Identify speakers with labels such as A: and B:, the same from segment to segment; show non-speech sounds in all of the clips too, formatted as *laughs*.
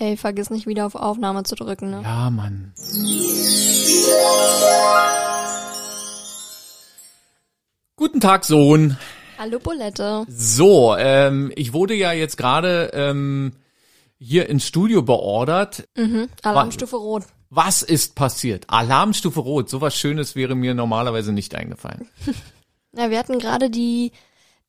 A: Ey, vergiss nicht wieder auf Aufnahme zu drücken, ne?
B: Ja, Mann. Guten Tag, Sohn.
A: Hallo Bulette.
B: So, ähm, ich wurde ja jetzt gerade ähm, hier ins Studio beordert.
A: Mhm. Alarmstufe Rot.
B: Was ist passiert? Alarmstufe Rot. Sowas Schönes wäre mir normalerweise nicht eingefallen.
A: Ja, wir hatten gerade die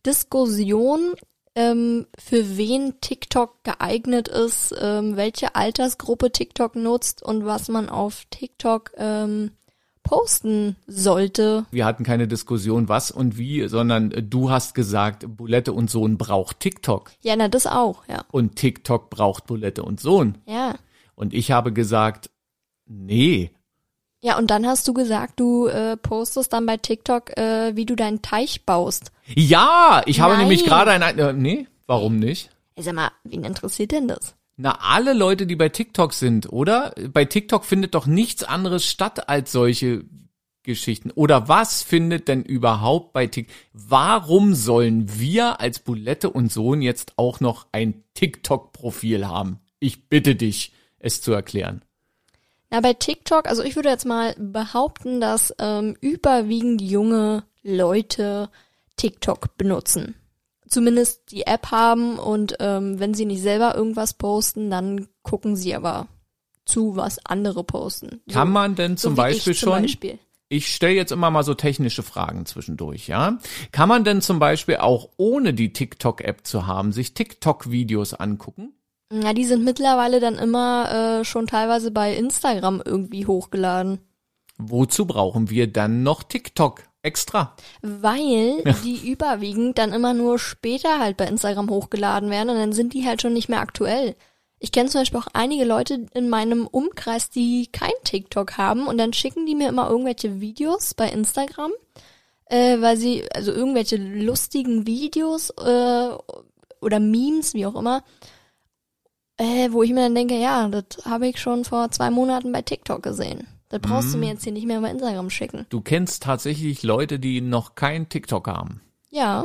A: Diskussion, ähm, für wen TikTok geeignet ist, ähm, welche Altersgruppe TikTok nutzt und was man auf TikTok ähm, posten sollte.
B: Wir hatten keine Diskussion, was und wie, sondern äh, du hast gesagt, Bulette und Sohn braucht TikTok.
A: Ja, na das auch, ja.
B: Und TikTok braucht Bulette und Sohn.
A: Ja.
B: Und ich habe gesagt, nee,
A: Ja, und dann hast du gesagt, du äh, postest dann bei TikTok, äh, wie du deinen Teich baust.
B: Ja, ich habe
A: Nein.
B: nämlich gerade ein, äh, nee, warum nicht?
A: Ey, sag mal, wen interessiert denn das?
B: Na, alle Leute, die bei TikTok sind, oder? Bei TikTok findet doch nichts anderes statt als solche Geschichten. Oder was findet denn überhaupt bei TikTok? Warum sollen wir als Bulette und Sohn jetzt auch noch ein TikTok-Profil haben? Ich bitte dich, es zu erklären.
A: Na, bei TikTok, also ich würde jetzt mal behaupten, dass ähm, überwiegend junge Leute TikTok benutzen. Zumindest die App haben und ähm, wenn sie nicht selber irgendwas posten, dann gucken sie aber zu, was andere posten. So-
B: Kann man denn
A: so
B: zum
A: wie
B: Beispiel
A: ich zum
B: schon
A: Beispiel.
B: ich stelle jetzt immer mal so technische Fragen zwischendurch, ja? Kann man denn zum Beispiel auch ohne die TikTok-App zu haben, sich TikTok-Videos angucken?
A: Ja, die sind mittlerweile dann immer äh, schon teilweise bei Instagram irgendwie hochgeladen.
B: Wozu brauchen wir dann noch TikTok extra?
A: Weil die überwiegend dann immer nur später halt bei Instagram hochgeladen werden und dann sind die halt schon nicht mehr aktuell. Ich kenne zum Beispiel auch einige Leute in meinem Umkreis, die kein TikTok haben und dann schicken die mir immer irgendwelche Videos bei Instagram, äh, weil sie, also irgendwelche lustigen Videos äh, oder Memes, wie auch immer, äh, wo ich mir dann denke, ja, das habe ich schon vor zwei Monaten bei TikTok gesehen. Das brauchst du mir jetzt hier nicht mehr bei Instagram schicken.
B: Du kennst tatsächlich Leute, die noch kein TikTok haben.
A: Ja.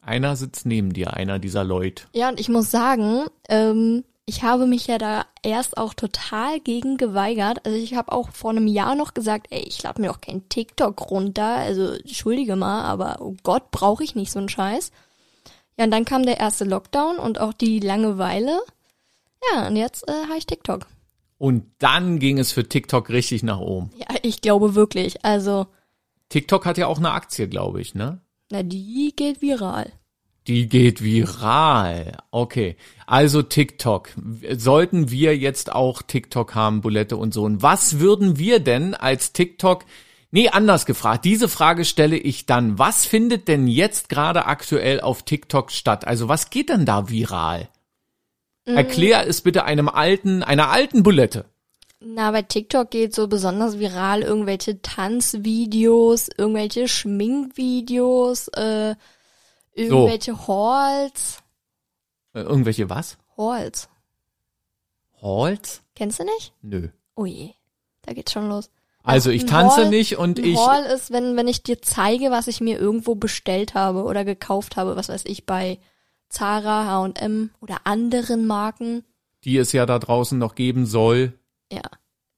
B: Einer sitzt neben dir, einer dieser Leute.
A: Ja, und ich muss sagen, ähm, ich habe mich ja da erst auch total gegen geweigert. Also ich habe auch vor einem Jahr noch gesagt, ey, ich lade mir doch kein TikTok runter. Also entschuldige mal, aber oh Gott, brauche ich nicht so einen Scheiß. Ja, und dann kam der erste Lockdown und auch die Langeweile. Ja, und jetzt äh, habe ich TikTok.
B: Und dann ging es für TikTok richtig nach oben.
A: Ja, ich glaube wirklich. Also,
B: TikTok hat ja auch eine Aktie, glaube ich, ne?
A: na, die geht viral.
B: Die geht viral. Okay. Also TikTok. Sollten wir jetzt auch TikTok haben, Bulette und Sohn? Was würden wir denn als TikTok? Nee, anders gefragt. Diese Frage stelle ich dann. Was findet denn jetzt gerade aktuell auf TikTok statt? Also was geht denn da viral?
A: Mm.
B: Erklär es bitte einem alten, einer alten Bulette.
A: Na, bei TikTok geht so besonders viral irgendwelche Tanzvideos, irgendwelche Schminkvideos, äh, irgendwelche Hauls.
B: Äh, irgendwelche was?
A: Hauls.
B: Halls?
A: Kennst du nicht?
B: Nö.
A: Oh je, da geht's schon los.
B: Also ich
A: ein
B: tanze
A: Haul-
B: nicht und
A: Ein
B: ich.
A: Haul ist, wenn, wenn ich dir zeige, was ich mir irgendwo bestellt habe oder gekauft habe, was weiß ich, bei Zara, H&M oder anderen Marken.
B: die es ja da draußen noch geben soll.
A: Ja.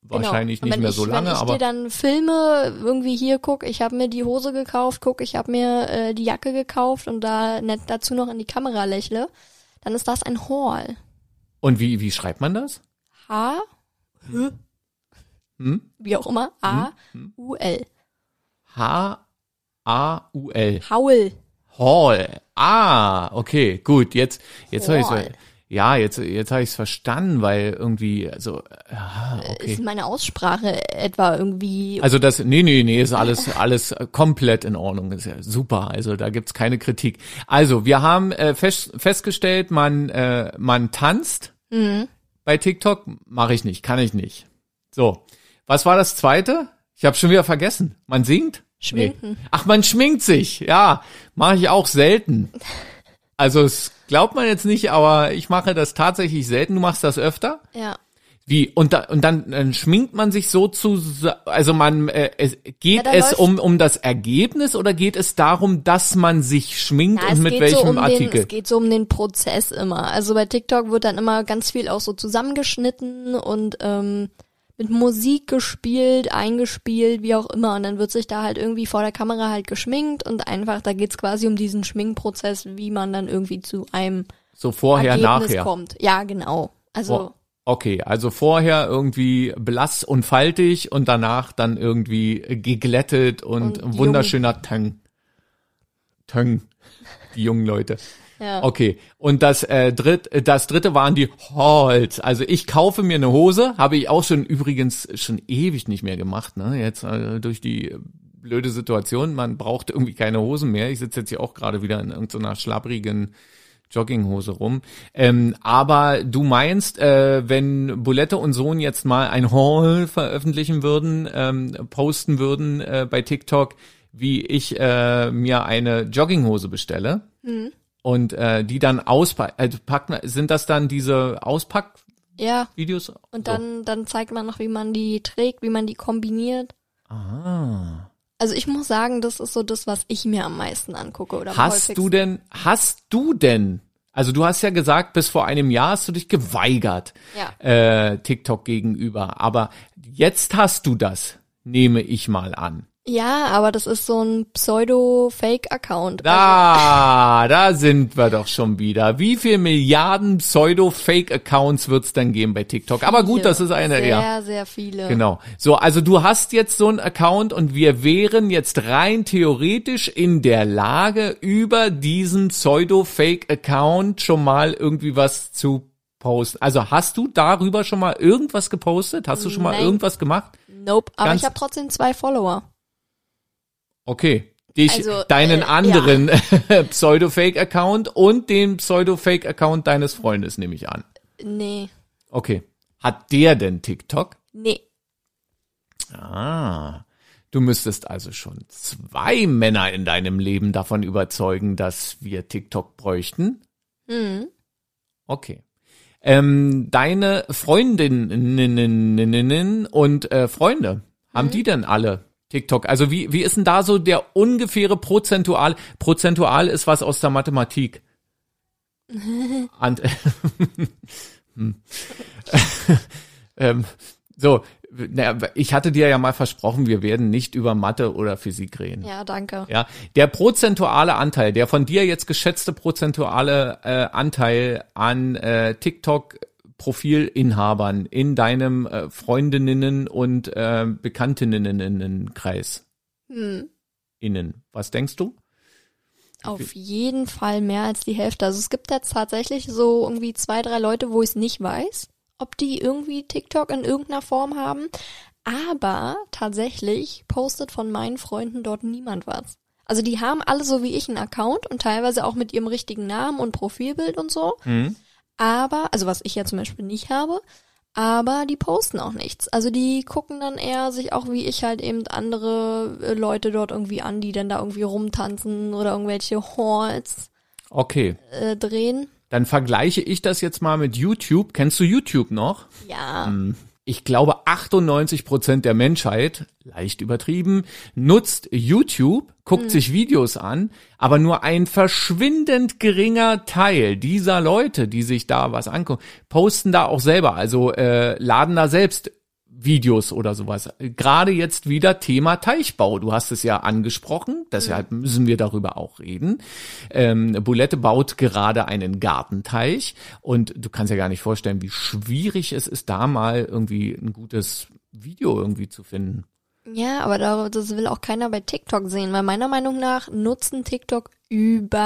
B: Wahrscheinlich
A: genau. Und wenn
B: nicht mehr
A: ich,
B: so lange,
A: wenn ich
B: aber
A: dir dann Filme irgendwie hier guck, ich habe mir die Hose gekauft, guck, ich habe mir äh, die Jacke gekauft und da nett dazu noch in die Kamera lächle, dann ist das ein Haul.
B: und wie wie schreibt man das?
A: H,
B: Hm?
A: wie auch immer, A, U, L.
B: H A U L.
A: Haul.
B: Hall. Ah, okay, gut, jetzt jetzt habe
A: Hall.
B: ich Ja, jetzt jetzt habe ich es verstanden, weil irgendwie also ah,
A: Ist
B: okay.
A: meine Aussprache etwa irgendwie.
B: Also das nee, nee, nee, ist alles alles komplett in Ordnung, ist ja super. Also da gibt's keine Kritik. Also, wir haben äh, fest, festgestellt, man äh, man tanzt
A: Mhm.
B: bei TikTok mache ich nicht, kann ich nicht. So, was war das zweite? Ich habe schon wieder vergessen. Man singt?
A: Schminken.
B: Ach, man schminkt sich. Ja, mache ich auch selten. Also, es glaubt man jetzt nicht, aber ich mache das tatsächlich selten. Du machst das öfter?
A: Ja.
B: Wie? Und, da, und dann, dann schminkt man sich so zu, also man, äh, es, geht
A: da
B: es
A: läuft-
B: um, um das Ergebnis oder geht es darum, dass man sich schminkt
A: Ja,
B: und
A: es
B: mit
A: geht
B: welchem
A: so um
B: Artikel?
A: Den, es geht so um den Prozess immer. Also bei TikTok wird dann immer ganz viel auch so zusammengeschnitten und ähm, mit Musik gespielt, eingespielt, wie auch immer. Und dann wird sich da halt irgendwie vor der Kamera halt geschminkt und einfach, da geht's quasi um diesen Schminkprozess, wie man dann irgendwie zu einem
B: so vorher,
A: Ergebnis
B: nachher.
A: kommt. Ja, genau. Also
B: Oh, Okay, also vorher irgendwie blass und faltig und danach dann irgendwie geglättet und,
A: Und die
B: wunderschöner Tang. Tang. Die jungen Leute.
A: Ja.
B: Okay, und das, äh, dritt, äh, das dritte waren die Hauls. Also ich kaufe mir eine Hose, habe ich auch schon übrigens schon ewig nicht mehr gemacht, ne? Jetzt äh, durch die blöde Situation, man braucht irgendwie keine Hosen mehr. Ich sitze jetzt hier auch gerade wieder in irgendeiner schlabbrigen Jogginghose rum. Ähm, aber du meinst, äh, wenn Bulette und Sohn jetzt mal ein Haul veröffentlichen würden, ähm, posten würden äh, bei TikTok, wie ich äh, mir eine Jogginghose bestelle und äh, die dann auspacken, also packen, sind das dann diese Auspackvideos?
A: ja. Und
B: So.
A: dann, dann zeigt man noch, wie man die trägt, wie man die kombiniert.
B: Ah.
A: Also ich muss sagen, das ist so das, was ich mir am meisten angucke oder am
B: Hast du
A: häufigsten.
B: denn, hast du denn, also du hast ja gesagt, bis vor einem Jahr hast du dich geweigert,
A: Ja.
B: äh, TikTok gegenüber. Aber jetzt hast du das, nehme ich mal an.
A: Ja, aber das ist so ein Pseudo-Fake-Account.
B: Ah,
A: Also-
B: Da, da sind wir doch schon wieder. Wie viel Milliarden Pseudo-Fake-Accounts wird's denn geben bei TikTok? Aber gut, das ist eine,
A: sehr,
B: ja.
A: Also Sehr, sehr viele.
B: Genau. So, also du hast jetzt so einen Account und wir wären jetzt rein theoretisch in der Lage, über diesen Pseudo-Fake-Account schon mal irgendwie was zu posten. Also hast du darüber schon mal irgendwas gepostet? Hast du schon mal
A: Nein.
B: irgendwas gemacht?
A: Nope. Aber
B: Ganz-
A: ich habe trotzdem zwei Follower.
B: Okay. Dich,
A: Also,
B: deinen
A: äh,
B: anderen *laughs* Pseudo-Fake-Account und den Pseudo-Fake-Account deines Freundes nehme ich an.
A: Nee.
B: Okay. Hat der denn TikTok?
A: Nee.
B: Ah, du müsstest also schon zwei Männer in deinem Leben davon überzeugen, dass wir TikTok bräuchten.
A: Hm.
B: Okay. Ähm, deine Freundinnen und äh, Freunde, haben die denn alle TikTok? Also wie, wie ist denn da so der ungefähre Prozentual? Prozentual ist was aus der Mathematik. Und, *laughs* Hm. *laughs* ähm, so, naja, ich hatte dir ja mal versprochen, wir werden nicht über Mathe oder Physik reden.
A: Ja, danke.
B: Ja, der prozentuale Anteil, der von dir jetzt geschätzte prozentuale äh, Anteil an äh, TikTok Profilinhabern in deinem äh, Freundinnen und äh, Bekanntinnenkreis
A: Hm.
B: innen. Was denkst du?
A: Auf jeden Fall mehr als die Hälfte. Also es gibt jetzt tatsächlich so irgendwie zwei, drei Leute, wo ich es nicht weiß, ob die irgendwie TikTok in irgendeiner Form haben. Aber tatsächlich postet von meinen Freunden dort niemand was. Also die haben alle so wie ich einen Account und teilweise auch mit ihrem richtigen Namen und Profilbild und so. Aber, also was ich ja zum Beispiel nicht habe, aber die posten auch nichts. Also die gucken dann eher sich auch wie ich halt eben andere äh, Leute dort irgendwie an, die dann da irgendwie rumtanzen oder irgendwelche Halls
B: Okay,
A: äh, drehen.
B: dann vergleiche ich das jetzt mal mit YouTube. Kennst du YouTube noch? Hm.
A: Ja.
B: Ich glaube, 98 Prozent der Menschheit, leicht übertrieben, nutzt YouTube, guckt sich Videos an, aber nur ein verschwindend geringer Teil dieser Leute, die sich da was angucken, posten da auch selber, also äh, laden da selbst Videos oder sowas. Gerade jetzt wieder Thema Teichbau. Du hast es ja angesprochen, deshalb müssen wir darüber auch reden. Ähm, Bulette baut gerade einen Gartenteich und du kannst ja gar nicht vorstellen, wie schwierig es ist, da mal irgendwie ein gutes Video irgendwie zu finden.
A: Ja, aber da- das will auch keiner bei TikTok sehen, weil meiner Meinung nach nutzen TikTok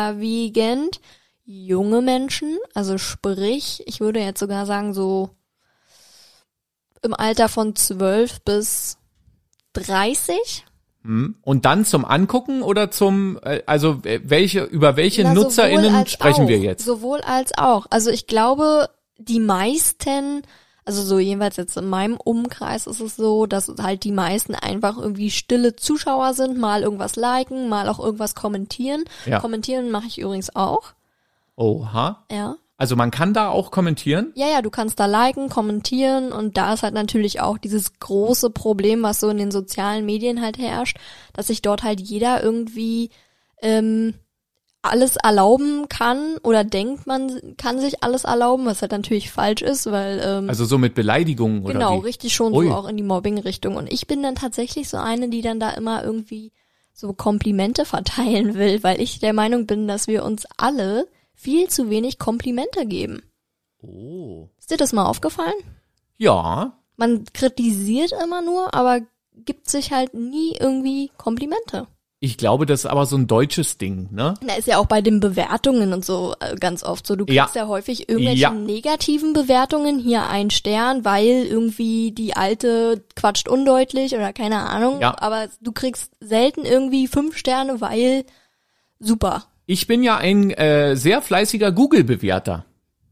A: überwiegend junge Menschen. Also sprich, ich würde jetzt sogar sagen, so im Alter von 12 bis 30.
B: Hm? Und dann zum Angucken oder zum, äh, also äh, welche, über welche
A: Na, sowohl
B: NutzerInnen
A: als
B: sprechen
A: auch,
B: wir jetzt?
A: Sowohl als auch. Also ich glaube, die meisten, also so jeweils jetzt in meinem Umkreis ist es so, dass halt die meisten einfach irgendwie stille Zuschauer sind, mal irgendwas liken, mal auch irgendwas kommentieren.
B: Ja.
A: Kommentieren mache ich übrigens auch.
B: Oha.
A: Ja.
B: Also man kann da auch kommentieren.
A: Ja, ja, du kannst da liken, kommentieren und da ist halt natürlich auch dieses große Problem, was so in den sozialen Medien halt herrscht, dass sich dort halt jeder irgendwie ähm, alles erlauben kann oder denkt, man kann sich alles erlauben, was halt natürlich falsch ist, weil ähm,
B: Also so mit Beleidigungen oder
A: genau,
B: wie?
A: richtig schon
B: Ui.
A: so auch in die Mobbing-Richtung. Und ich bin dann tatsächlich so eine, die dann da immer irgendwie so Komplimente *laughs* verteilen will, weil ich der Meinung bin, dass wir uns alle viel zu wenig Komplimente geben.
B: Oh.
A: Ist dir das mal aufgefallen?
B: Ja,
A: Man kritisiert immer nur, aber gibt sich halt nie irgendwie Komplimente.
B: ich glaube, das ist aber so ein deutsches Ding, ne?
A: Da ist ja auch bei den Bewertungen und so äh, ganz oft so. Du
B: Ja.
A: kriegst ja, häufig irgendwelche
B: Ja.
A: negativen Bewertungen, hier ein Stern, weil irgendwie die alte quatscht undeutlich oder keine Ahnung.
B: Ja.
A: Aber du kriegst selten irgendwie fünf Sterne, weil super.
B: Ich bin ja ein äh, sehr fleißiger Google-Bewerter.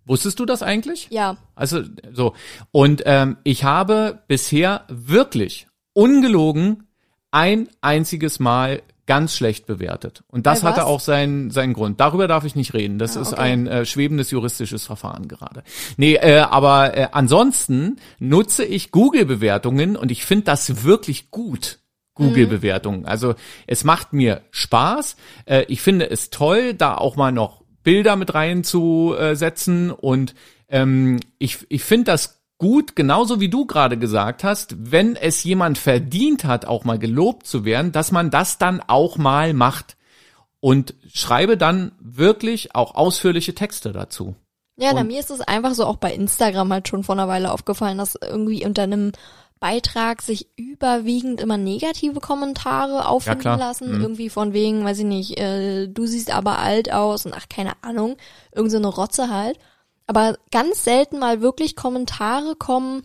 B: Wusstest du das eigentlich?
A: Ja.
B: Also so. Und ähm, ich habe bisher wirklich ungelogen ein einziges Mal ganz schlecht bewertet. Und das
A: Bei was?
B: hatte auch seinen, seinen Grund. Darüber darf ich nicht reden. Das ist
A: okay.
B: ein äh, schwebendes juristisches Verfahren gerade. Nee, äh, aber äh, ansonsten nutze ich Google-Bewertungen und ich finde das wirklich gut. Google-Bewertungen. Also es macht mir Spaß. Äh, ich finde es toll, da auch mal noch Bilder mit reinzusetzen und ähm, ich, ich finde das gut, genauso wie du gerade gesagt hast, wenn es jemand verdient hat, auch mal gelobt zu werden, dass man das dann auch mal macht und schreibe dann wirklich auch ausführliche Texte dazu.
A: Ja, na,
B: Und-
A: mir ist es einfach so auch bei Instagram halt schon vor einer Weile aufgefallen, dass irgendwie unter einem Beitrag sich überwiegend immer negative Kommentare auffinden
B: klar.
A: lassen.
B: Mhm.
A: Irgendwie von wegen, weiß ich nicht, äh, du siehst aber alt aus und ach, keine Ahnung, irgend so eine Rotze halt. Aber ganz selten mal wirklich Kommentare kommen,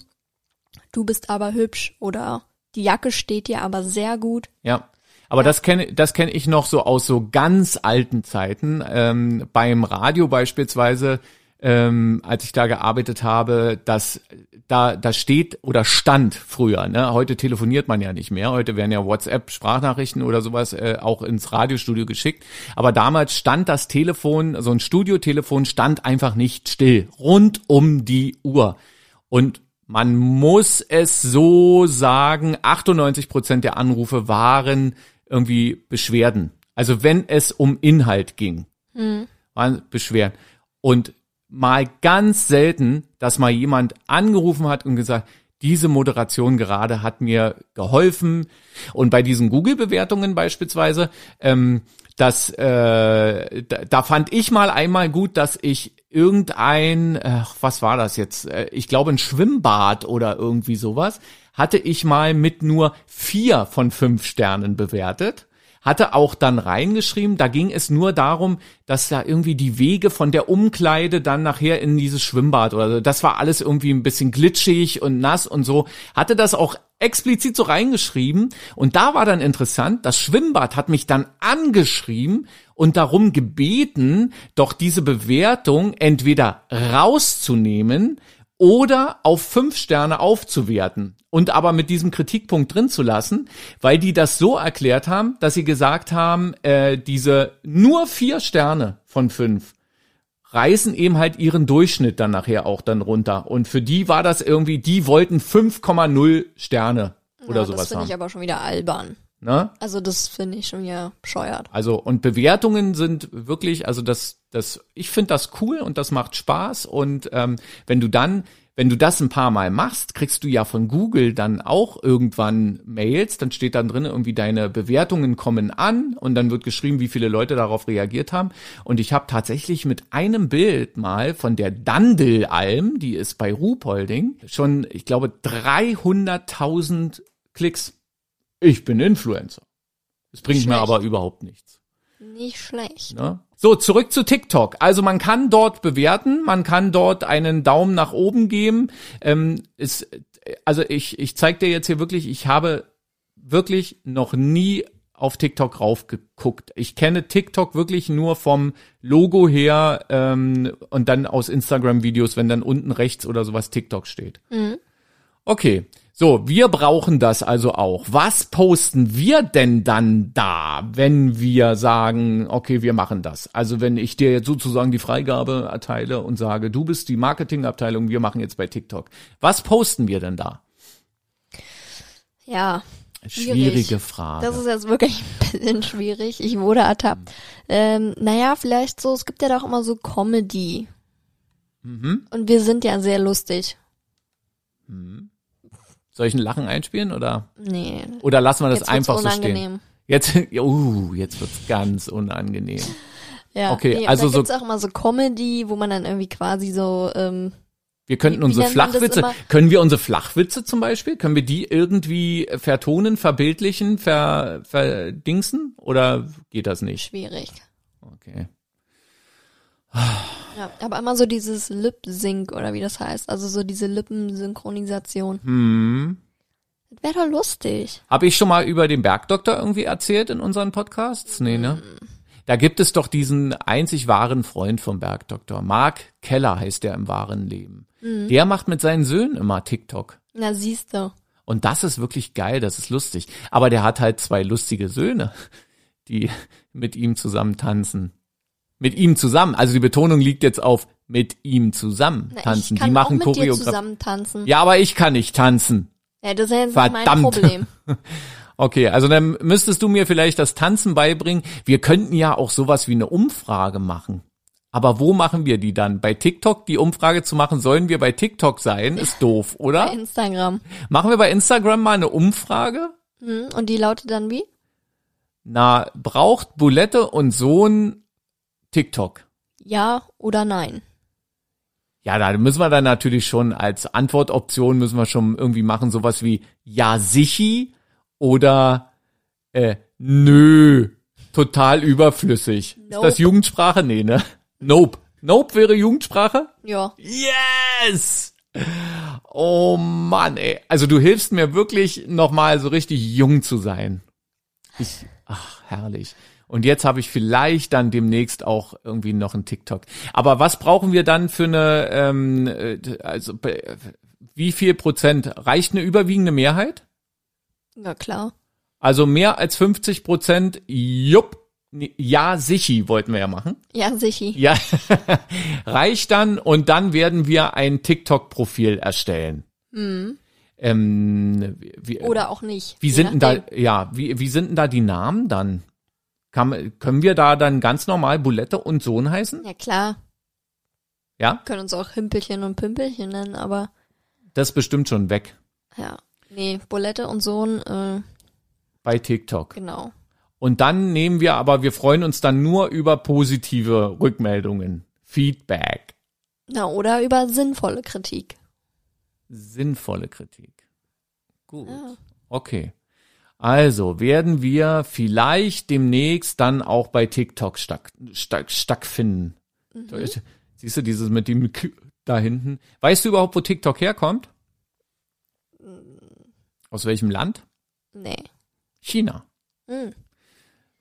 A: du bist aber hübsch oder die Jacke steht dir aber sehr gut.
B: Ja. Aber das kenne das kenne ich noch so aus so ganz alten Zeiten. Ähm, beim Radio beispielsweise, ähm, als ich da gearbeitet habe, das da da steht oder stand früher. Ne? Heute telefoniert man ja nicht mehr. Heute werden ja WhatsApp Sprachnachrichten oder sowas äh, auch ins Radiostudio geschickt. Aber damals stand das Telefon, so ein Studiotelefon, stand einfach nicht still rund um die Uhr. Und man muss es so sagen, 98 Prozent der Anrufe waren irgendwie Beschwerden. Also wenn es um Inhalt ging, waren Beschwerden. Und mal ganz selten, dass mal jemand angerufen hat und gesagt, diese Moderation gerade hat mir geholfen. Und bei diesen Google-Bewertungen beispielsweise, ähm, das, äh, da, da fand ich mal einmal gut, dass ich irgendein, ach, was war das jetzt? Äh, Ich glaube, ein Schwimmbad oder irgendwie sowas, hatte ich mal mit nur vier von fünf Sternen bewertet hatte auch dann reingeschrieben, da ging es nur darum, dass da irgendwie die Wege von der Umkleide dann nachher in dieses Schwimmbad oder so, das war alles irgendwie ein bisschen glitschig und nass und so, hatte das auch explizit so reingeschrieben und da war dann interessant, das Schwimmbad hat mich dann angeschrieben und darum gebeten, doch diese Bewertung entweder rauszunehmen oder auf fünf Sterne aufzuwerten und aber mit diesem Kritikpunkt drin zu lassen, weil die das so erklärt haben, dass sie gesagt haben, äh, diese nur vier Sterne von fünf reißen eben halt ihren Durchschnitt dann nachher auch dann runter. Und für die war das irgendwie, die wollten 5,0 Sterne
A: Ja,
B: oder
A: das
B: sowas
A: finde
B: haben.
A: ich aber schon wieder albern.
B: Ne?
A: Also das finde ich schon wieder bescheuert.
B: Also und Bewertungen sind wirklich, also das, das, ich finde das cool und das macht Spaß und ähm, wenn du dann, wenn du das ein paar Mal machst, kriegst du ja von Google dann auch irgendwann Mails, dann steht dann drin irgendwie deine Bewertungen kommen an und dann wird geschrieben, wie viele Leute darauf reagiert haben und ich habe tatsächlich mit einem Bild mal von der Dandelalm, die ist bei Ruhpolding, schon, ich glaube 300.000 Klicks. Ich bin Influencer. Das bringt mir
A: Schlecht.
B: aber überhaupt nichts.
A: Nicht schlecht.
B: Ne? So, zurück zu TikTok. Also man kann dort bewerten, man kann dort einen Daumen nach oben geben. Ähm, ist, also ich, ich zeige dir jetzt hier wirklich, ich habe wirklich noch nie auf TikTok raufgeguckt. Ich kenne TikTok wirklich nur vom Logo her ähm, und dann aus Instagram-Videos, wenn dann unten rechts oder sowas TikTok steht. Okay. So, wir brauchen das also auch. Was posten wir denn dann da, wenn wir sagen, okay, wir machen das? Also wenn ich dir jetzt sozusagen die Freigabe erteile und sage, du bist die Marketingabteilung, wir machen jetzt bei TikTok. Was posten wir denn da?
A: Ja,
B: Schwierige Frage.
A: Das ist jetzt wirklich ein bisschen schwierig. Ich wurde
B: Mhm.
A: ertappt. Ähm, naja, vielleicht so, es gibt ja doch immer so Comedy.
B: mhm.
A: Und wir sind ja sehr lustig.
B: Mhm. Soll ich ein Lachen einspielen oder,
A: Nee.
B: oder lassen wir das
A: jetzt wird's
B: einfach so stehen?
A: unangenehm.
B: Jetzt, *laughs* uh, jetzt wird's ganz unangenehm.
A: Ja.
B: Okay,
A: nee,
B: also
A: da
B: so-
A: gibt's auch immer so Comedy, wo man dann irgendwie quasi so, ähm,
B: Wir könnten
A: Wie- wie
B: unsere
A: nennt man das
B: Flachwitze,
A: immer?
B: können wir unsere Flachwitze zum Beispiel, können wir die irgendwie vertonen, verbildlichen, ver, verdingsen oder geht das nicht?
A: schwierig.
B: Okay.
A: Ja, aber immer so dieses Lip-Sync oder wie das heißt. Also so diese Lippensynchronisation.
B: Hm.
A: Das wäre doch lustig.
B: Habe ich schon mal über den Bergdoktor irgendwie erzählt in unseren Podcasts? Nee, ne? Da gibt es doch diesen einzig wahren Freund vom Bergdoktor. Mark Keller heißt der im wahren Leben.
A: Mhm.
B: Der macht mit seinen Söhnen immer TikTok.
A: Na, siehst du.
B: Und das ist wirklich geil, das ist lustig. Aber der hat halt zwei lustige Söhne, die mit ihm zusammen tanzen. Mit ihm zusammen. Also die Betonung liegt jetzt auf mit ihm zusammen
A: Na,
B: tanzen.
A: ich kann
B: die machen
A: auch mit dir
B: Choreografie.
A: zusammen tanzen.
B: Ja, aber ich kann nicht tanzen.
A: Ja, das ist ja jetzt mein
B: Verdammt.
A: Problem.
B: Okay, also dann müsstest du mir vielleicht das Tanzen beibringen. Wir könnten ja auch sowas wie eine Umfrage machen. Aber wo machen wir die dann? Bei TikTok die Umfrage zu machen, sollen wir bei TikTok sein, ist doof,
A: Bei
B: oder?
A: Instagram.
B: Machen wir bei Instagram mal eine Umfrage?
A: Hm, Und die lautet dann wie?
B: Na, braucht Bulette und Sohn TikTok?
A: Ja oder nein.
B: Ja, da müssen wir dann natürlich schon als Antwortoption müssen wir schon irgendwie machen, sowas wie Ja sichi oder äh, nö. Total überflüssig. Ist
A: Nope.
B: das Jugendsprache? Nee, ne? Nope. Nope wäre Jugendsprache?
A: Ja.
B: Yes! Oh Mann, ey. Also du hilfst mir wirklich nochmal so richtig jung zu sein. Ich, ach, herrlich. Und jetzt habe ich vielleicht dann demnächst auch irgendwie noch einen TikTok. Aber was brauchen wir dann für eine, ähm, äh, also äh, wie viel Prozent? Reicht eine überwiegende Mehrheit?
A: Na klar.
B: Also mehr als 50 Prozent, jupp, Nee, ja, sichi wollten wir ja machen.
A: Ja, sichi.
B: Ja, *laughs* reicht dann und dann werden wir ein TikTok-Profil erstellen.
A: Hm.
B: Ähm, wie,
A: Oder auch nicht.
B: wie
A: Je
B: sind denn da,
A: nachdem.
B: ja, wie, wie sind denn da die Namen dann? Kann, können wir da dann ganz normal Bulette und Sohn heißen?
A: Ja klar,
B: Ja,
A: können uns auch Himpelchen und Pimpelchen nennen, aber
B: das ist bestimmt schon weg
A: ja. Nee, Bolette und Sohn, äh,
B: bei TikTok.
A: genau.
B: Und dann nehmen wir aber, wir freuen uns dann nur über positive Rückmeldungen, Feedback,
A: Na, oder über sinnvolle Kritik.
B: sinnvolle Kritik. Gut.
A: Ja.
B: Okay. Also werden wir vielleicht demnächst dann auch bei TikTok stack, stack, stattfinden. Siehst du dieses mit dem K da hinten? Weißt du überhaupt, wo TikTok herkommt? Aus welchem Land?
A: Nee.
B: China.
A: Hm.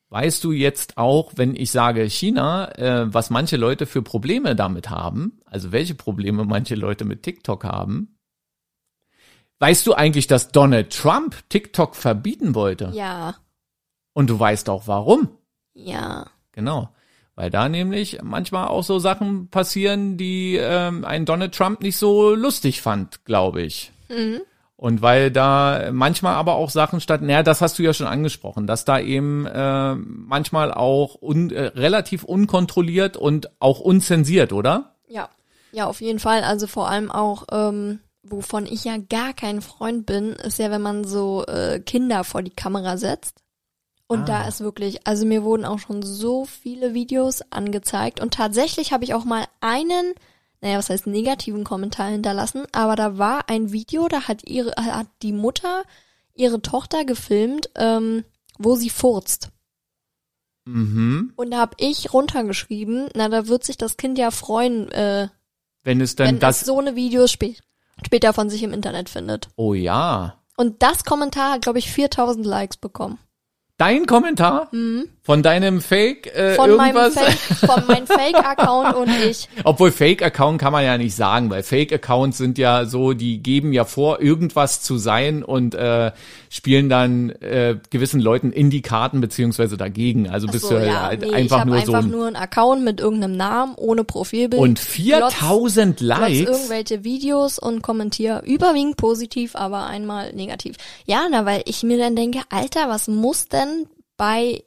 B: Weißt du jetzt auch, wenn ich sage China, äh, was manche Leute für Probleme damit haben? Also welche Probleme manche Leute mit TikTok haben? Weißt du eigentlich, dass Donald Trump TikTok verbieten wollte?
A: Ja.
B: Und du weißt auch warum.
A: Ja.
B: Genau. Weil da nämlich manchmal auch so Sachen passieren, die ähm, ein Donald Trump nicht so lustig fand, glaube ich.
A: Mhm.
B: Und weil da manchmal aber auch Sachen statt, naja, das hast du ja schon angesprochen, dass da eben äh, manchmal auch un, äh, relativ unkontrolliert und auch unzensiert, oder?
A: Ja. Ja, auf jeden Fall. Also vor allem auch, ähm, wovon ich ja gar kein Freund bin, ist ja, wenn man so äh, Kinder vor die Kamera setzt. Und da ist wirklich, also mir wurden auch schon so viele Videos angezeigt. Und tatsächlich habe ich auch mal einen, naja, was heißt negativen Kommentar hinterlassen, aber da war ein Video, da hat ihre, hat die Mutter ihre Tochter gefilmt, ähm, wo sie furzt.
B: Mhm.
A: Und da habe ich runtergeschrieben, na, da wird sich das Kind ja freuen, äh,
B: Wenn es denn
A: wenn
B: das.
A: es so eine Videos spä später von sich im Internet findet.
B: oh ja.
A: Und das Kommentar hat, glaube ich, 4000 Likes bekommen.
B: Dein Kommentar von deinem Fake äh,
A: Mhm. Von meinem
B: irgendwas?
A: Fake, von meinem Fake-Account
B: *laughs*
A: und ich.
B: Obwohl Fake-Account kann man ja nicht sagen, weil Fake-Accounts sind ja so, die geben ja vor, irgendwas zu sein und äh, spielen dann äh, gewissen Leuten in die Karten beziehungsweise dagegen. Also bist
A: So,
B: du
A: ja,
B: halt
A: nee, ich
B: einfach
A: habe
B: nur so
A: einfach
B: ein
A: nur einen Account mit irgendeinem Namen, ohne Profilbild.
B: und
A: Glotz-
B: 4000
A: Platz
B: Likes.
A: irgendwelche Videos und kommentiere überwiegend positiv, aber einmal negativ. Ja, na, weil ich mir dann denke, Alter, was muss denn bei,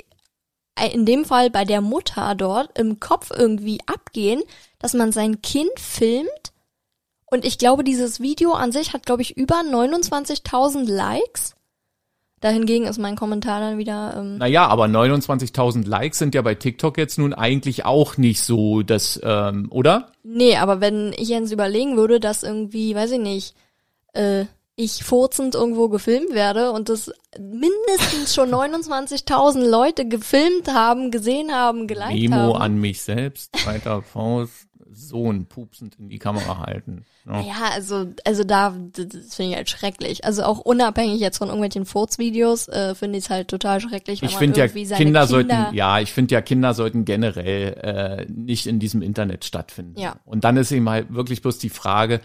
A: äh, in dem Fall bei der Mutter dort im Kopf irgendwie abgehen, dass man sein Kind filmt? Und ich glaube, dieses Video an sich hat, glaube ich, über 29.000 Likes. Dahingegen ist mein Kommentar dann wieder, ähm,
B: Naja, aber 29.000 Likes sind ja bei TikTok jetzt nun eigentlich auch nicht so, das, ähm, oder?
A: Nee, aber wenn ich jetzt überlegen würde, dass irgendwie, weiß ich nicht, äh, ich furzend irgendwo gefilmt werde und das mindestens
B: *laughs*
A: schon 29.000 Leute gefilmt haben, gesehen haben, geliked
B: Memo
A: haben.
B: an mich selbst, zweiter Faust, Sohn, pupsend in die Kamera halten. Ja.
A: Ja, also, also da, das das finde ich halt schrecklich. Also auch unabhängig jetzt von irgendwelchen Furzvideos, äh, finde ich es halt total schrecklich, wenn
B: Ich
A: man
B: finde ja,
A: irgendwie
B: Kinder,
A: seine Kinder,
B: sollten, ja, ich finde ja, Kinder sollten generell äh, nicht in diesem Internet stattfinden.
A: Ja.
B: Und dann ist eben halt wirklich bloß die Frage,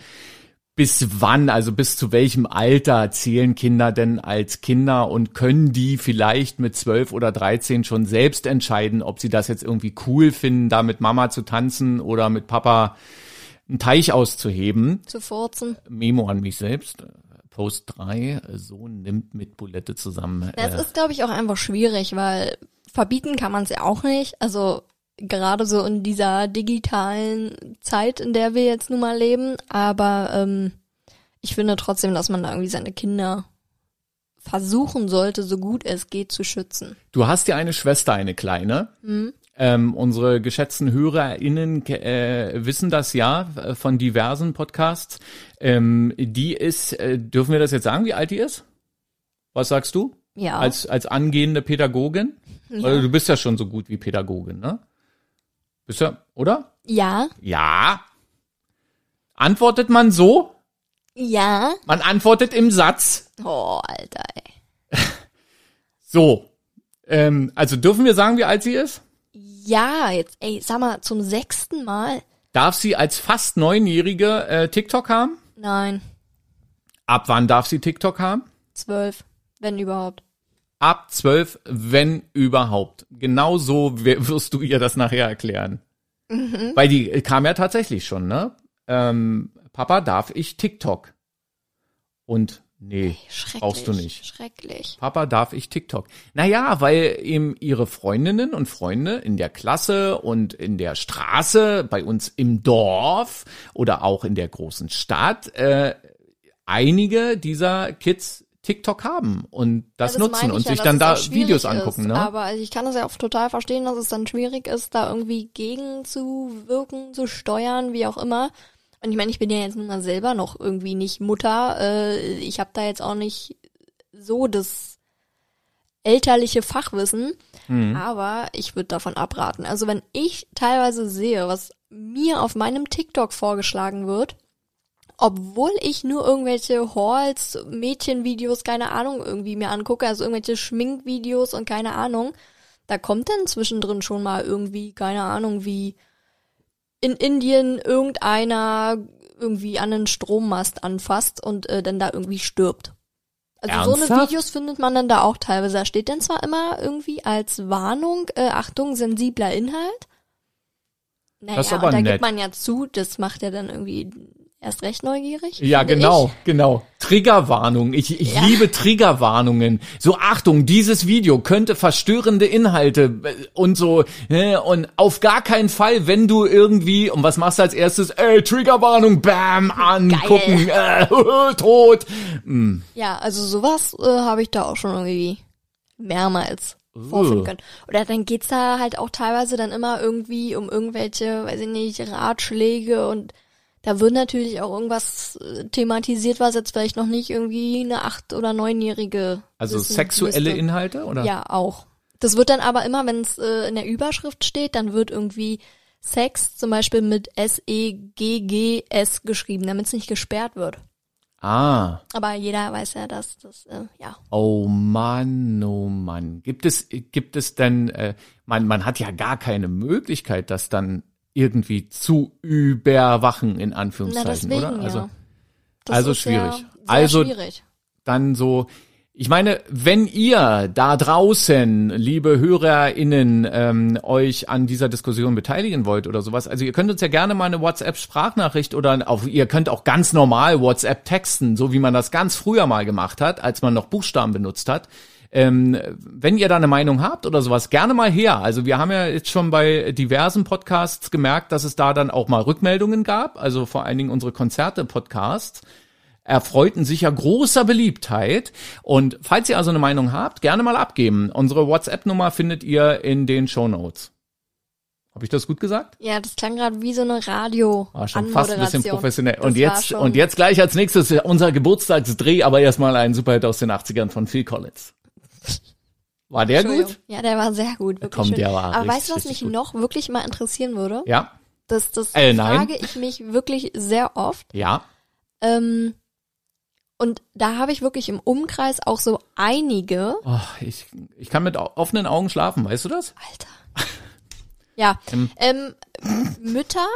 B: bis wann, also bis zu welchem Alter zählen Kinder denn als Kinder und können die vielleicht mit zwölf oder dreizehn schon selbst entscheiden, ob sie das jetzt irgendwie cool finden, da mit Mama zu tanzen oder mit Papa einen Teich auszuheben?
A: zu furzen.
B: Memo an mich selbst. Post 3, Sohn nimmt mit Bulette zusammen.
A: Das
B: äh,
A: ist, glaube ich, auch einfach schwierig, weil verbieten kann man es ja auch nicht. Also gerade so in dieser digitalen Zeit, in der wir jetzt nun mal leben. Aber ähm, ich finde trotzdem, dass man da irgendwie seine Kinder versuchen sollte, so gut es geht, zu schützen.
B: Du hast ja eine Schwester, eine kleine. Ähm, unsere geschätzten HörerInnen ke- äh, wissen das ja äh, von diversen Podcasts. Ähm, die ist, äh, dürfen wir das jetzt sagen, wie alt die ist? Was sagst du?
A: Ja,
B: Als, als angehende Pädagogin? Also, du bist ja schon so gut wie Pädagogin, ne? Bist ja, oder?
A: ja,
B: Ja. Antwortet man so?
A: ja.
B: Man antwortet im Satz.
A: Oh, Alter, ey.
B: So. Ähm, also dürfen wir sagen, wie alt sie ist?
A: Ja, jetzt, ey, sag mal, zum sechsten Mal?
B: Darf sie als fast Neunjährige äh, TikTok haben?
A: Nein,
B: Ab wann darf sie TikTok haben?
A: zwölf, wenn überhaupt.
B: Ab zwölf, wenn überhaupt. Genau so w- *laughs* wirst du ihr das nachher erklären. Weil die äh, kam ja tatsächlich schon, ne? Ähm, Papa, darf ich TikTok? Und nee,
A: Schrecklich.
B: brauchst du nicht.
A: Schrecklich.
B: Papa, darf ich TikTok? Naja, weil eben ihre Freundinnen und Freunde in der Klasse und in der Straße, bei uns im Dorf oder auch in der großen Stadt, äh, einige dieser Kids TikTok haben und das,
A: Ja,
B: nutzen
A: Also meine ich
B: und
A: ja,
B: sich
A: dass
B: dann
A: es
B: da
A: auch schwierig
B: Videos angucken.
A: Ist,
B: Ne?
A: Aber also ich kann das ja auch total verstehen, dass es dann schwierig ist, da irgendwie gegenzuwirken, zu steuern, wie auch immer. Und ich meine, ich bin ja jetzt nun mal selber noch irgendwie nicht Mutter. Äh, ich habe da jetzt auch nicht so das elterliche Fachwissen,
B: Mhm.
A: aber ich würde davon abraten. Also wenn ich teilweise sehe, was mir auf meinem TikTok vorgeschlagen wird, obwohl ich nur irgendwelche Halls, Mädchenvideos, keine Ahnung, irgendwie mir angucke, also irgendwelche Schminkvideos und keine Ahnung, da kommt dann zwischendrin schon mal irgendwie, keine Ahnung, wie in Indien irgendeiner irgendwie an einen Strommast anfasst und äh, dann da irgendwie stirbt. Also so eine
B: Ernsthaft?
A: Videos findet man dann da auch teilweise. Da steht dann zwar immer irgendwie als Warnung, äh, Achtung, sensibler Inhalt. Naja,
B: Das ist aber
A: und da
B: nett.
A: gibt man ja zu, das macht ja dann irgendwie erst recht neugierig.
B: Ja,
A: finde
B: genau, genau. Triggerwarnung. Ich, ich liebe Triggerwarnungen. So, Achtung, dieses Video könnte verstörende Inhalte äh, und so. ne, Und auf gar keinen Fall, wenn du irgendwie, und was machst du als erstes? Ey, Triggerwarnung, bam, angucken, äh, *laughs* tot.
A: Ich. Ja, also sowas äh, habe ich da auch schon irgendwie mehrmals
B: Uh.
A: vorfinden können. Oder dann geht's da halt auch teilweise dann immer irgendwie um irgendwelche, weiß ich nicht, Ratschläge und da wird natürlich auch irgendwas äh, thematisiert, was jetzt vielleicht noch nicht irgendwie eine acht- oder neunjährige
B: Also
A: wissen
B: sexuelle
A: müsste.
B: Inhalte, oder?
A: Ja, auch. Das wird dann aber immer, wenn es äh, in der Überschrift steht, dann wird irgendwie E Sex zum Beispiel mit S-E-G-G-S geschrieben, damit es nicht gesperrt wird.
B: Ah,
A: Aber jeder weiß ja, dass das, äh, ja.
B: oh Mann, oh Mann. Gibt es, gibt es denn, äh, man, man hat ja gar keine Möglichkeit, das dann irgendwie zu überwachen, in
A: Na,
B: Anführungszeichen,
A: deswegen
B: oder?
A: ja.
B: also
A: ist
B: schwierig.
A: Ja sehr
B: Also-
A: schwierig.
B: dann so. Ich meine, wenn ihr da draußen, liebe HörerInnen, ähm, euch an dieser Diskussion beteiligen wollt oder sowas, also ihr könnt uns ja gerne mal eine WhatsApp-Sprachnachricht oder auch, ihr könnt auch ganz normal WhatsApp texten, so wie man das ganz früher mal gemacht hat, als man noch Buchstaben benutzt hat. Ähm, wenn ihr da eine Meinung habt oder sowas, gerne mal her. Also wir haben ja jetzt schon bei diversen Podcasts gemerkt, dass es da dann auch mal Rückmeldungen gab, also vor allen Dingen unsere Konzerte-Podcasts erfreuten sich ja großer Beliebtheit. Und falls ihr also eine Meinung habt, gerne mal abgeben. Unsere WhatsApp-Nummer findet ihr in den Show Notes. Habe ich das gut gesagt?
A: Ja, das klang gerade wie so eine radio
B: War Ah, schon fast ein bisschen professionell.
A: Das
B: und
A: war
B: jetzt
A: schon-
B: und jetzt gleich als nächstes unser Geburtstagsdreh, aber erstmal ein Superheld aus den 80ern von Phil Collins. War der gut?
A: Ja, der war sehr gut. Wirklich
B: Komm,
A: schön.
B: der war
A: Aber
B: richtig,
A: weißt du, was mich
B: richtig gut.
A: noch wirklich mal interessieren würde?
B: Ja,
A: Das, das
B: Äh, nein.
A: frage ich mich wirklich sehr oft.
B: ja.
A: Ähm, und da habe ich wirklich im Umkreis auch so einige.
B: Oh, ich, ich kann mit au- offenen Augen schlafen, weißt du das?
A: Alter. Ja. Ähm, Mütter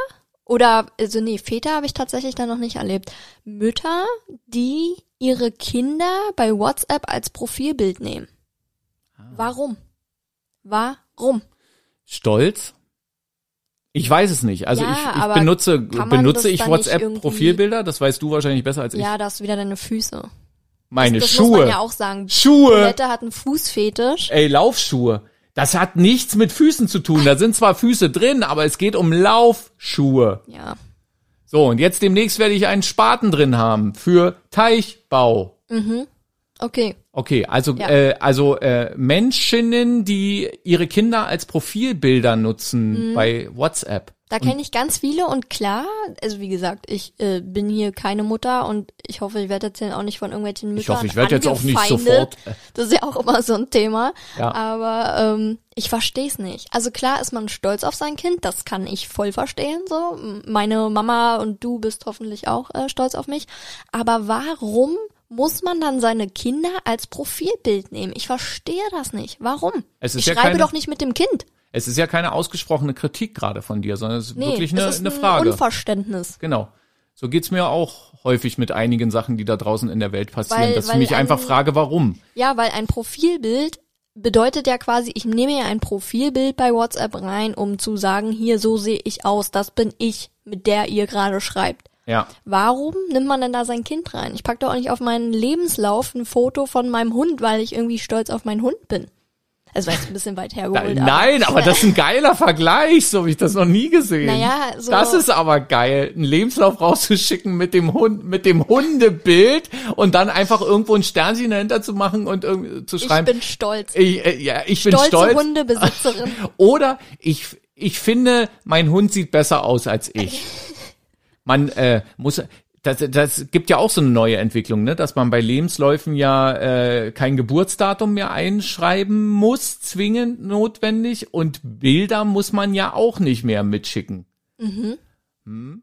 A: oder, also nee, Väter habe ich tatsächlich da noch nicht erlebt. Mütter, die ihre Kinder bei WhatsApp als Profilbild nehmen.
B: Ah.
A: Warum? Warum?
B: Stolz? Ich weiß es nicht. Also
A: Ja,
B: ich, ich
A: aber
B: benutze,
A: kann man
B: benutze
A: das
B: ich
A: dann nicht irgendwie-
B: WhatsApp-Profilbilder, das weißt du wahrscheinlich besser als ich.
A: Ja, das wieder deine Füße.
B: Meine
A: das muss
B: Schuhe.
A: man ja auch sagen.
B: Schuhe.
A: Bulette hat einen Fußfetisch.
B: Ey, Laufschuhe. Das hat nichts mit Füßen zu tun. Da sind zwar Füße drin, aber es geht um Laufschuhe.
A: Ja.
B: So, und jetzt demnächst werde ich einen Spaten drin haben für Teichbau.
A: Okay.
B: Okay, also
A: Ja.
B: äh, also äh, Menschinnen, die ihre Kinder als Profilbilder
A: Mhm.
B: nutzen bei WhatsApp.
A: Da kenne ich ganz viele und klar, also wie gesagt, ich äh, bin hier keine Mutter und ich hoffe, ich werde jetzt hier auch nicht von irgendwelchen Müttern
B: Ich hoffe, ich werde jetzt auch nicht
A: angefeindet.
B: sofort. äh,
A: Das ist ja auch immer so ein Thema.
B: Ja.
A: Aber ähm, ich verstehe es nicht. Also klar ist man stolz auf sein Kind, das kann ich voll verstehen. So, meine Mama und du bist hoffentlich auch äh, stolz auf mich. Aber warum muss man dann seine Kinder als Profilbild nehmen? Ich verstehe das nicht. Warum?
B: Es ist
A: ich
B: ja
A: schreibe
B: keine-
A: doch nicht mit dem Kind.
B: Es ist ja keine ausgesprochene Kritik gerade von dir, sondern es ist
A: Nee,
B: wirklich eine,
A: es ist
B: eine Frage.
A: ein Unverständnis.
B: Genau. So geht's mir auch häufig mit einigen Sachen, die da draußen in der Welt passieren,
A: Weil-
B: dass ich
A: weil
B: mich
A: ein-
B: einfach frage, warum.
A: Ja, weil ein Profilbild bedeutet ja quasi, ich nehme ja ein Profilbild bei WhatsApp rein, um zu sagen, hier, so sehe ich aus, das bin ich, mit der ihr gerade schreibt.
B: Ja,
A: Warum nimmt man denn da sein Kind rein? Ich pack doch auch nicht auf meinen Lebenslauf ein Foto von meinem Hund, weil ich irgendwie stolz auf meinen Hund bin. Das war jetzt ein bisschen weit hergeholt. aber-
B: nein, aber das ist ein geiler Vergleich, so habe ich das noch nie gesehen.
A: Naja, so-
B: Das ist aber geil, einen Lebenslauf rauszuschicken mit dem Hund, mit dem Hundebild und dann einfach irgendwo ein Sternchen dahinter zu machen und irgendwie zu
A: Ich
B: schreiben.
A: bin stolz.
B: ich, äh, ja, ich bin
A: Stolze
B: stolz.
A: Hundebesitzerin.
B: *laughs* Oder ich, ich finde, mein Hund sieht besser aus als
A: *laughs*
B: ich. Man äh, muss. Das, das gibt ja auch so eine neue Entwicklung, ne? dass man bei Lebensläufen ja äh, kein Geburtsdatum mehr einschreiben muss, zwingend notwendig. Und Bilder muss man ja auch nicht mehr mitschicken. Hm.
A: Mhm.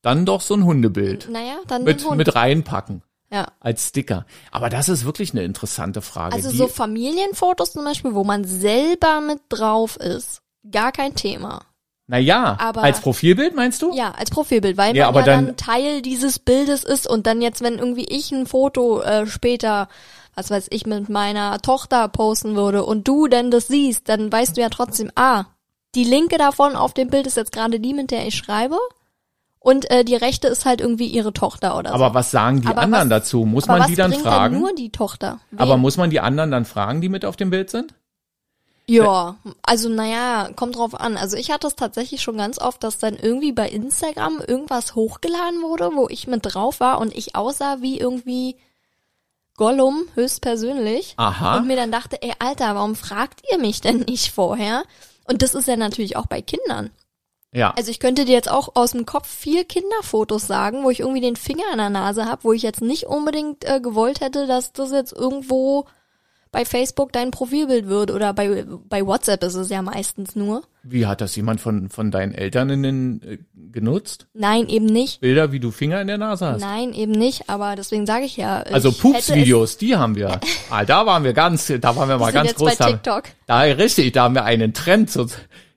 B: Dann doch so ein Hundebild
A: Naja, dann
B: mit,
A: den Hund.
B: mit reinpacken
A: ja.
B: als Sticker. Aber das ist wirklich eine interessante Frage.
A: Also
B: die-
A: so Familienfotos zum Beispiel, wo man selber mit drauf ist. Gar kein Thema.
B: na ja,
A: aber-
B: als Profilbild meinst du?
A: Ja, als Profilbild, weil
B: Ja,
A: man
B: aber
A: ja dann,
B: dann-
A: Teil dieses Bildes ist und dann jetzt, wenn irgendwie ich ein Foto äh, später, was weiß ich, mit meiner Tochter posten würde und du dann das siehst, dann weißt du ja trotzdem, ah, die linke davon auf dem Bild ist jetzt gerade die, mit der ich schreibe und äh, die rechte ist halt irgendwie ihre Tochter oder so.
B: Aber was sagen die
A: Also Aber
B: anderen
A: was-
B: dazu? Muss
A: Aber
B: man
A: was
B: die dann
A: bringt
B: fragen?
A: Dann nur die Tochter. Wen?
B: aber muss man die anderen dann fragen, die mit auf dem Bild sind?
A: Ja, also naja, kommt drauf an. Also ich hatte es tatsächlich schon ganz oft, dass dann irgendwie bei Instagram irgendwas hochgeladen wurde, wo ich mit drauf war und ich aussah wie irgendwie Gollum höchstpersönlich.
B: Aha.
A: Und mir dann dachte, ey Alter, warum fragt ihr mich denn nicht vorher? Und das ist ja natürlich auch bei Kindern.
B: Ja.
A: Also ich könnte dir jetzt auch aus dem Kopf vier Kinderfotos sagen, wo ich irgendwie den Finger an der Nase habe, wo ich jetzt nicht unbedingt äh, gewollt hätte, dass das jetzt irgendwo bei Facebook dein Profilbild wird oder bei, bei WhatsApp ist es ja meistens nur.
B: Wie hat das jemand von, von deinen Eltern in den, äh, genutzt?
A: Nein, eben nicht.
B: Bilder, wie du Finger in der Nase hast.
A: Nein, eben nicht, aber deswegen sage ich ja.
B: Also
A: ich hätte es-
B: Pups-Videos, die haben
A: *laughs*
B: wir. Ah, da waren wir ganz, da waren wir mal
A: sind
B: ganz
A: jetzt
B: groß.
A: bei
B: da-
A: TikTok.
B: Da, richtig, da haben wir einen Trend so,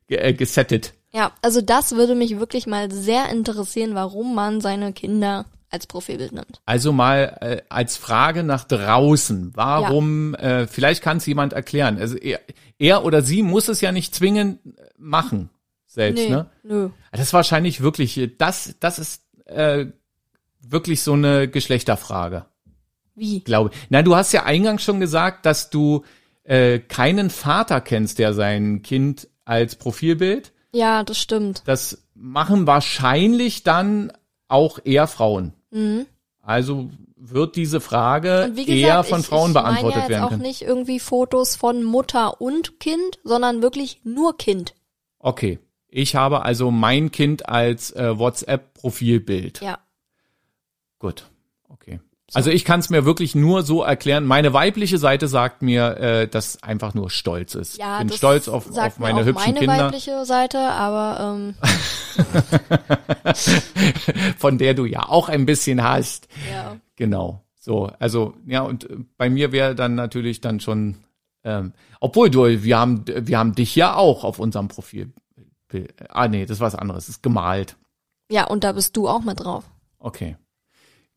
B: ge- äh, gesettet.
A: Ja, also das würde mich wirklich mal sehr interessieren, warum man seine Kinder als Profilbild nimmt.
B: Also mal äh, als Frage nach draußen. Warum, äh, vielleicht kann es jemand erklären. Also er, er oder sie muss es ja nicht zwingend äh, machen selbst,
A: Nö,
B: ne?
A: nö.
B: Das ist wahrscheinlich wirklich, äh, das, das ist äh, wirklich so eine Geschlechterfrage,
A: Wie?
B: glaube ich. Na, du hast ja eingangs schon gesagt, dass du äh, keinen Vater kennst, der sein Kind als Profilbild.
A: Ja, das stimmt.
B: Das machen wahrscheinlich dann auch eher Frauen. Also wird diese Frage
A: Mhm. Und wie gesagt,
B: eher von
A: ich,
B: Frauen
A: ich meine ja
B: beantwortet
A: jetzt
B: werden
A: auch
B: können.
A: nicht irgendwie Fotos von Mutter und Kind, sondern wirklich nur Kind.
B: Okay. Ich habe also mein Kind als äh, WhatsApp-Profilbild.
A: Ja.
B: Gut. Okay. Also ich kann es mir wirklich nur so erklären. Meine weibliche Seite sagt mir, äh, dass einfach nur stolz ist.
A: Ja,
B: Bin
A: das
B: stolz auf,
A: sagt
B: auf meine
A: mir auch
B: hübschen
A: meine
B: Kinder,
A: weibliche Seite, aber
B: *laughs*
A: ähm,
B: von der du ja auch ein bisschen hast.
A: ja.
B: Genau. So, also ja, und äh, bei mir wäre dann natürlich dann schon, ähm, obwohl du, wir haben, wir haben dich ja auch auf unserem Profil. Ah nee, das ist was anderes. Das ist gemalt.
A: ja, und da bist du auch mit drauf.
B: Okay.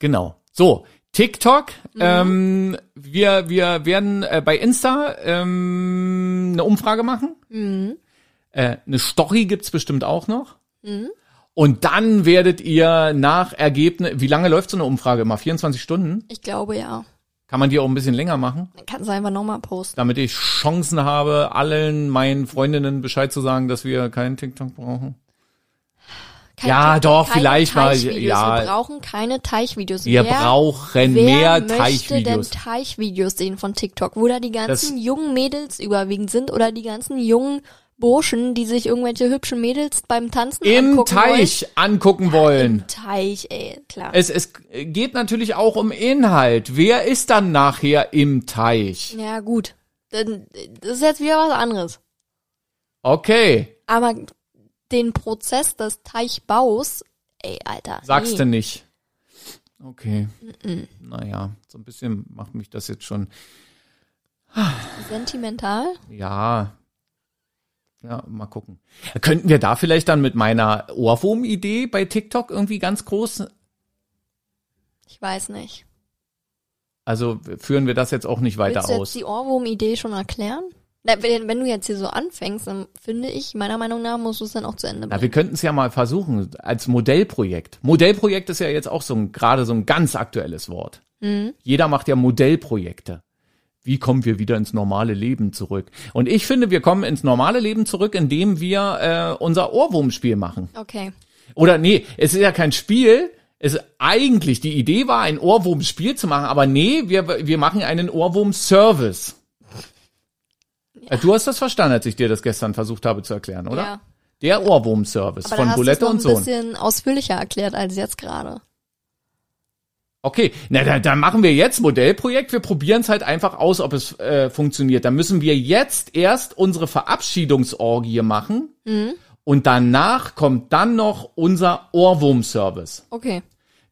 B: Genau. So, TikTok. Ähm, wir, wir werden äh, bei Insta ähm, eine Umfrage machen.
A: Mhm.
B: Äh, eine Story gibt's bestimmt auch noch.
A: Mhm.
B: Und dann werdet ihr nach Ergebnis. Wie lange läuft so eine Umfrage immer? 24 Stunden?
A: Ich glaube ja.
B: Kann man die auch ein bisschen länger machen,
A: Dann kannst du einfach nochmal posten.
B: damit ich Chancen habe, allen meinen Freundinnen Bescheid zu sagen, dass wir keinen TikTok brauchen?
A: Kein
B: Ja,
A: Teich-
B: doch,
A: keine
B: vielleicht mal,
A: Teichvideos.
B: ja.
A: Wir brauchen keine Teichvideos.
B: Wir
A: Wer-
B: brauchen
A: Wer
B: mehr
A: möchte
B: Teichvideos.
A: denn Teichvideos sehen von TikTok, wo da die ganzen jungen Mädels überwiegend sind oder die ganzen jungen Burschen, die sich irgendwelche hübschen Mädels beim Tanzen
B: Im
A: angucken
B: Teich angucken
A: Wollen.
B: wollen.
A: Im Teich, ey, klar.
B: Es, es geht natürlich auch um Inhalt. Wer ist dann nachher im Teich?
A: ja, gut. Dann, das ist jetzt wieder was anderes.
B: Okay,
A: Aber den Prozess des Teichbaus, ey, Alter.
B: sagst du
A: nee.
B: nicht. Okay. Naja, so ein bisschen macht mich das jetzt schon.
A: Sentimental?
B: Ja. Ja, mal gucken. Könnten wir da vielleicht dann mit meiner Ohrwurm-Idee bei TikTok irgendwie ganz groß?
A: Ich weiß nicht.
B: Also führen wir das jetzt auch nicht weiter
A: Willst du
B: aus.
A: jetzt die Ohrwurm-Idee schon erklären? Na, wenn, wenn du jetzt hier so anfängst, dann finde ich, meiner Meinung nach, musst du es dann auch zu Ende
B: Na,
A: bringen.
B: wir könnten es ja mal versuchen als Modellprojekt. Modellprojekt ist ja jetzt auch so ein, gerade so ein ganz aktuelles Wort. Jeder macht ja Modellprojekte. Wie kommen wir wieder ins normale Leben zurück? Und ich finde, wir kommen ins normale Leben zurück, indem wir äh, unser Ohrwurmspiel machen.
A: Okay.
B: Oder nee, es ist ja kein Spiel. Es ist eigentlich die Idee war, ein Ohrwurm-Spiel zu machen, aber nee, wir, wir machen einen Ohrwurm-Service. Äh, Du hast das verstanden, als ich dir das gestern versucht habe zu erklären, oder?
A: Ja.
B: Der Ohrwurm-Service
A: Aber
B: von
A: da hast
B: Bulette
A: du's
B: und
A: noch ein
B: Sohn.
A: bisschen ausführlicher erklärt als jetzt gerade.
B: Okay, na dann, dann machen wir jetzt Modellprojekt. Wir probieren es halt einfach aus, ob es äh, funktioniert. Dann müssen wir jetzt erst unsere Verabschiedungsorgie machen
A: Mhm.
B: und danach kommt dann noch unser Ohrwurm-Service.
A: Okay.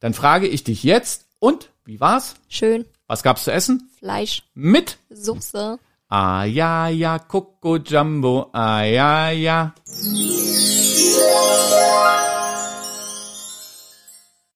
B: Dann frage ich dich jetzt und wie war's?
A: Schön.
B: Was gab's zu essen?
A: Fleisch,
B: Mit
A: Soße.
B: Ah ja ja Coco Jumbo Ah ja ja.